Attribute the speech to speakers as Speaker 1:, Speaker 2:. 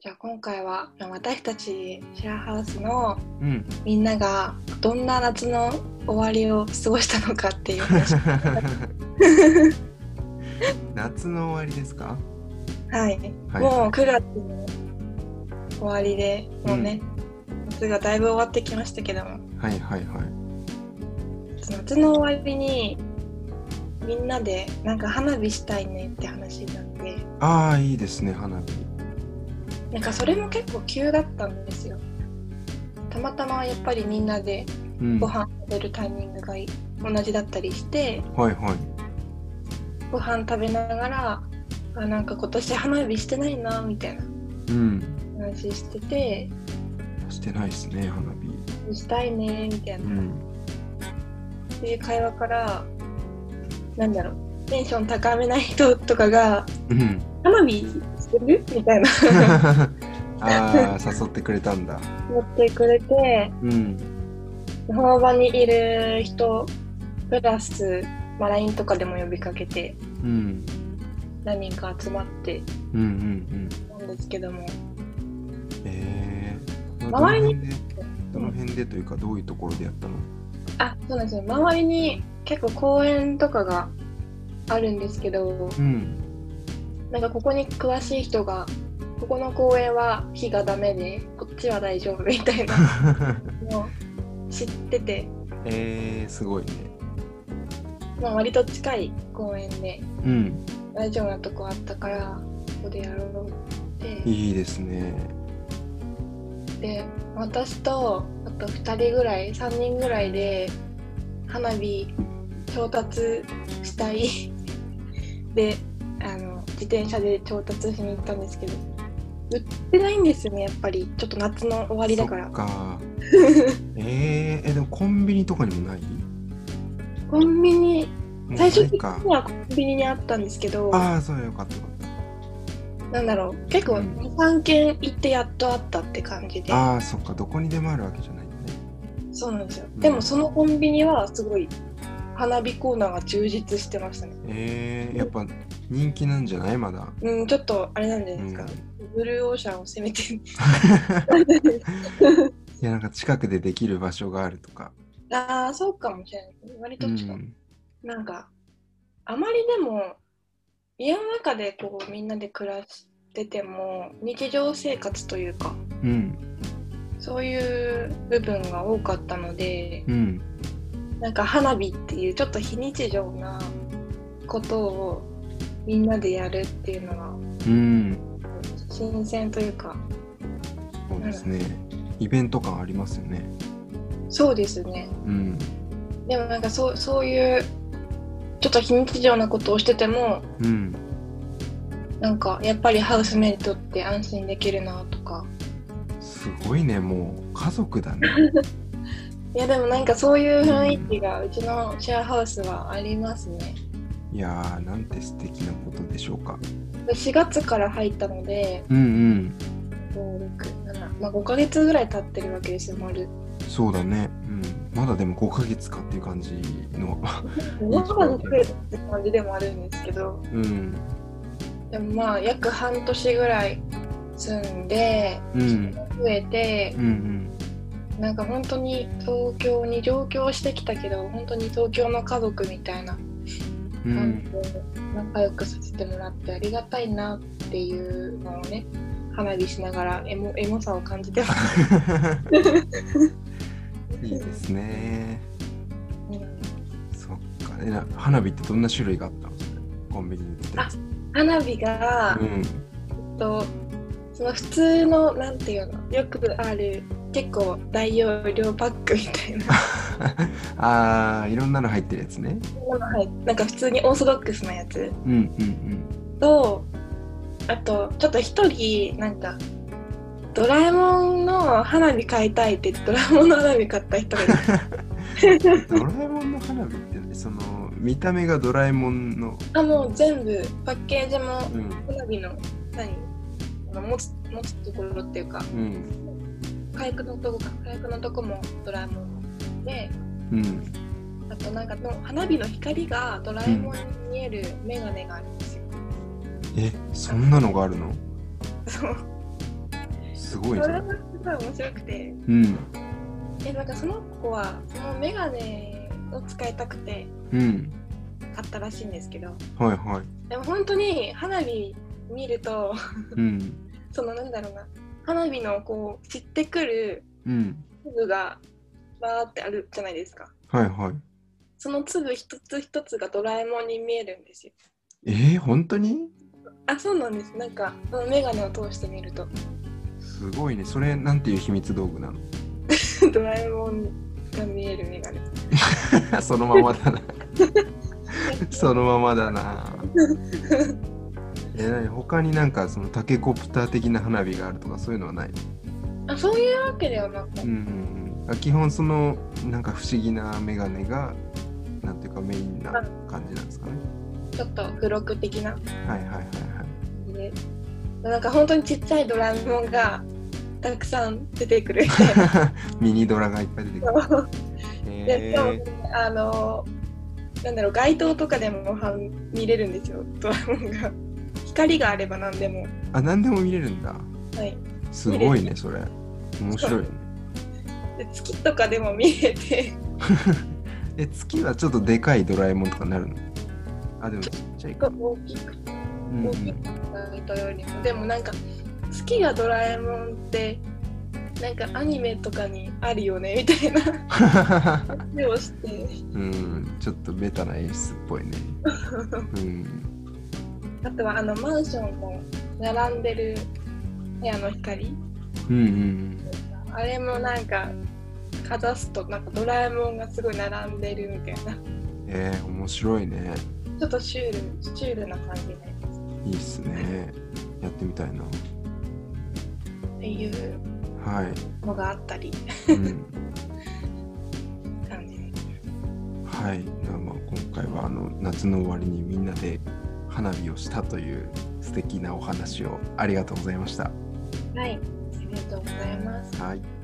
Speaker 1: じゃあ今回は私たちシェアハウスの
Speaker 2: うん。
Speaker 1: みんながどんな夏の終わりを過ごしたのかっていう 話
Speaker 2: 夏の終わりですか。
Speaker 1: はい、
Speaker 2: はい
Speaker 1: もう9月の終わりでもうね、夏がだいぶ終わってきましたけども
Speaker 2: はいはいはい。
Speaker 1: 夏の終わりにみんなでなんか花火したいねって話になって
Speaker 2: ああいいですね花火。
Speaker 1: なんかそれも結構急だったんですよたまたまやっぱりみんなで
Speaker 2: うん。
Speaker 1: ご
Speaker 2: は
Speaker 1: 飯食
Speaker 2: い
Speaker 1: べるタイミングがい同じだったりして
Speaker 2: はい。
Speaker 1: ご飯食べながらあなんか今年花火してないなみたいな
Speaker 2: うん。
Speaker 1: 話してて
Speaker 2: してないですね花火。
Speaker 1: したいねみたいうな、っ
Speaker 2: ん。
Speaker 1: ていう会話からなんだろうテンション高めな人とかが
Speaker 2: うん。
Speaker 1: 「花火してる?」みたいな
Speaker 2: ああ誘ってくれたんだ。
Speaker 1: 持ってくれて
Speaker 2: うん。
Speaker 1: その場にいる人プラス、まあ、LINE とかでも呼びかけて
Speaker 2: うん。
Speaker 1: 何人か集まって
Speaker 2: うんうんうん。
Speaker 1: なんですけども
Speaker 2: ええー。
Speaker 1: 周りに
Speaker 2: どの辺でどの辺でというかどういうところでやったの。
Speaker 1: あそうなんですよ周りに結構公園とかがあるんですけど
Speaker 2: うん。
Speaker 1: なんかここに詳しい人がここの公園は火がダメでこっちは大丈夫みたいな のを知ってて、
Speaker 2: ええー、すごいね。
Speaker 1: まあ、割と近い公園で
Speaker 2: うん。
Speaker 1: 大丈夫なとこあったからここでやろうって
Speaker 2: いいですね。
Speaker 1: で私とあと2人ぐらい3人ぐらいで花火調達したい であの自転車で調達しに行ったんですけど売ってないんですよねやっぱりちょっと夏の終わりだから
Speaker 2: そ っか。えー、えでもコンビニとかにもない？
Speaker 1: コンビニ
Speaker 2: もう
Speaker 1: 最初
Speaker 2: ない
Speaker 1: 的
Speaker 2: か
Speaker 1: にはコンビニにあったんですけど
Speaker 2: ああそうよかったよかっ
Speaker 1: なんだろう結構
Speaker 2: うん
Speaker 1: 23軒行ってやっとあったって感じで
Speaker 2: たああそっかどこにでもあるわけじゃないんだね
Speaker 1: そうなんですよ
Speaker 2: ん
Speaker 1: でもそのコンビニはすごい花火コーナーが充実してましたね
Speaker 2: えー、やっぱ人気なんじゃないまだ
Speaker 1: うんちょっとあれなんじゃないですか、ブルーオーシャンを攻めて
Speaker 2: いやなんか近くでできる場所があるとか
Speaker 1: ああそうかもしれない割と
Speaker 2: う
Speaker 1: 違う、
Speaker 2: ん
Speaker 1: なんかあまりでも家の中でこうみんなで暮らしてても日常生活というか
Speaker 2: うん
Speaker 1: そういう部分が多かったので
Speaker 2: うん
Speaker 1: なんか花火っていうちょっと非日常なことをみんなでやるっていうのは
Speaker 2: うん
Speaker 1: 新鮮というか
Speaker 2: そうですねイベント感ありますよね
Speaker 1: そうですね
Speaker 2: うん
Speaker 1: でもなんかそうそういうちょっと非日常なことをしてても
Speaker 2: うん
Speaker 1: なんかやっぱりハウスメイトって安心できるなとか
Speaker 2: すごいねもう家族だね
Speaker 1: いやでもなんかそういう雰囲気がうちのシェアハウスはありますね
Speaker 2: いやーなんて素敵なことでしょうか
Speaker 1: 4月から入ったので
Speaker 2: うん
Speaker 1: 5 6 7まあ5ヶ月ぐらい経ってるわけですよ丸
Speaker 2: うんそうだね、うん、まだでも5ヶ月かっていう感じの
Speaker 1: まだまだ来るって感じでもあるんですけど
Speaker 2: うん
Speaker 1: でもまあ約半年ぐらい住んで
Speaker 2: うん
Speaker 1: 増えて
Speaker 2: うんうん
Speaker 1: なんか本当に東京に上京してきたけど本当に東京の家族みたいな
Speaker 2: う
Speaker 1: 感じ
Speaker 2: ん、
Speaker 1: で仲良くさせてもらってありがたいなっていうのをね花火しながらエモエモさを感じて ます、
Speaker 2: いいですね。
Speaker 1: うん
Speaker 2: そっか。えな花火ってどんな種類があったのコンビニに売ってたやつ。
Speaker 1: 花火が
Speaker 2: う、ん。
Speaker 1: えっとその普通のなんていうのよくある結構大容量パックみたいな
Speaker 2: あー、いろんなの入ってるやつね。
Speaker 1: もの入っなんか普通にオーソドックスなやつ
Speaker 2: うんうん
Speaker 1: とあとちょっと一人なんかドラえもんの花火買いたいってドラえもんの花火買った人がいる
Speaker 2: うん。ドラえもんの花火って、その、見た目がドラえもんの、
Speaker 1: あもう全部パッケージも
Speaker 2: うん。
Speaker 1: 花火の何あの持つ持つところっていうか
Speaker 2: うん。
Speaker 1: 火薬のとこか火薬のとこもドラえもんで
Speaker 2: うん。
Speaker 1: あとなんかの花火の光がドラえもんに見える眼鏡があるんですよ、
Speaker 2: え、そんなのがあるの
Speaker 1: そう
Speaker 2: すご
Speaker 1: そ
Speaker 2: い
Speaker 1: れ
Speaker 2: ね
Speaker 1: がすごい面白くて
Speaker 2: うん
Speaker 1: えなんかその子はそのメガネを使いたくて
Speaker 2: うん
Speaker 1: 買ったらしいんですけど
Speaker 2: はいはい
Speaker 1: でも本当に花火見ると
Speaker 2: うん
Speaker 1: そのなんだろうな花火のこう散ってくる
Speaker 2: うん
Speaker 1: 粒がバーってあるじゃないですか
Speaker 2: はいはい
Speaker 1: その粒一つ一つがドラえもんに見えるんですよ
Speaker 2: えー、本当に
Speaker 1: あそうなんですなんかそのメガネを通して見ると
Speaker 2: すごいねそれなんていう秘密道具なの
Speaker 1: ドラえもんが見えるメガネ
Speaker 2: そのままだな そのままだ なえー、何他になんかそのタケコプター的な花火があるとかそういうのはない
Speaker 1: あそういうわけではなく
Speaker 2: うんうんうんあ基本そのなんか不思議な眼鏡がなんていうかメインな感じなんですかね
Speaker 1: ちょっと付録的な
Speaker 2: はいはいはいはい
Speaker 1: 感じでなんか本当にちっちゃいドラえもんがたくさん出てく る
Speaker 2: ミニドラがいっぱい出てくる
Speaker 1: で
Speaker 2: へ
Speaker 1: でも
Speaker 2: ー
Speaker 1: あのなんだろう街灯とかでもは見れるんですよドラえもんが光があれば何でも
Speaker 2: あ何でも見れるんだ
Speaker 1: はい
Speaker 2: すごいねそれ面白いね
Speaker 1: で月とかでも見えて
Speaker 2: え月はちょっとでかいドラえもんとかになるのあでもちっちゃいか、
Speaker 1: 大きく
Speaker 2: うんう
Speaker 1: 大き
Speaker 2: ん
Speaker 1: くないとよりもでもなんか月がドラえもんってなんかアニメとかにあるよねみたいな話をして
Speaker 2: うん、 ちょっとベタな演出っぽいねうん
Speaker 1: あとはあのマンションの並んでる部屋の光
Speaker 2: うんうん
Speaker 1: あれもなんかかざすとなんかドラえもんがすごい並んでるみたいな
Speaker 2: うんえー、面白いね
Speaker 1: ちょっとシュールシュールな感じになります
Speaker 2: いいっすねやってみたいな
Speaker 1: っていう
Speaker 2: はい
Speaker 1: のがあったり
Speaker 2: うん、
Speaker 1: 感じで
Speaker 2: はい、ではまあ今回はあの夏の終わりにみんなで花火をしたという素敵なお話をありがとうございました。
Speaker 1: はいありがとうございます
Speaker 2: はい。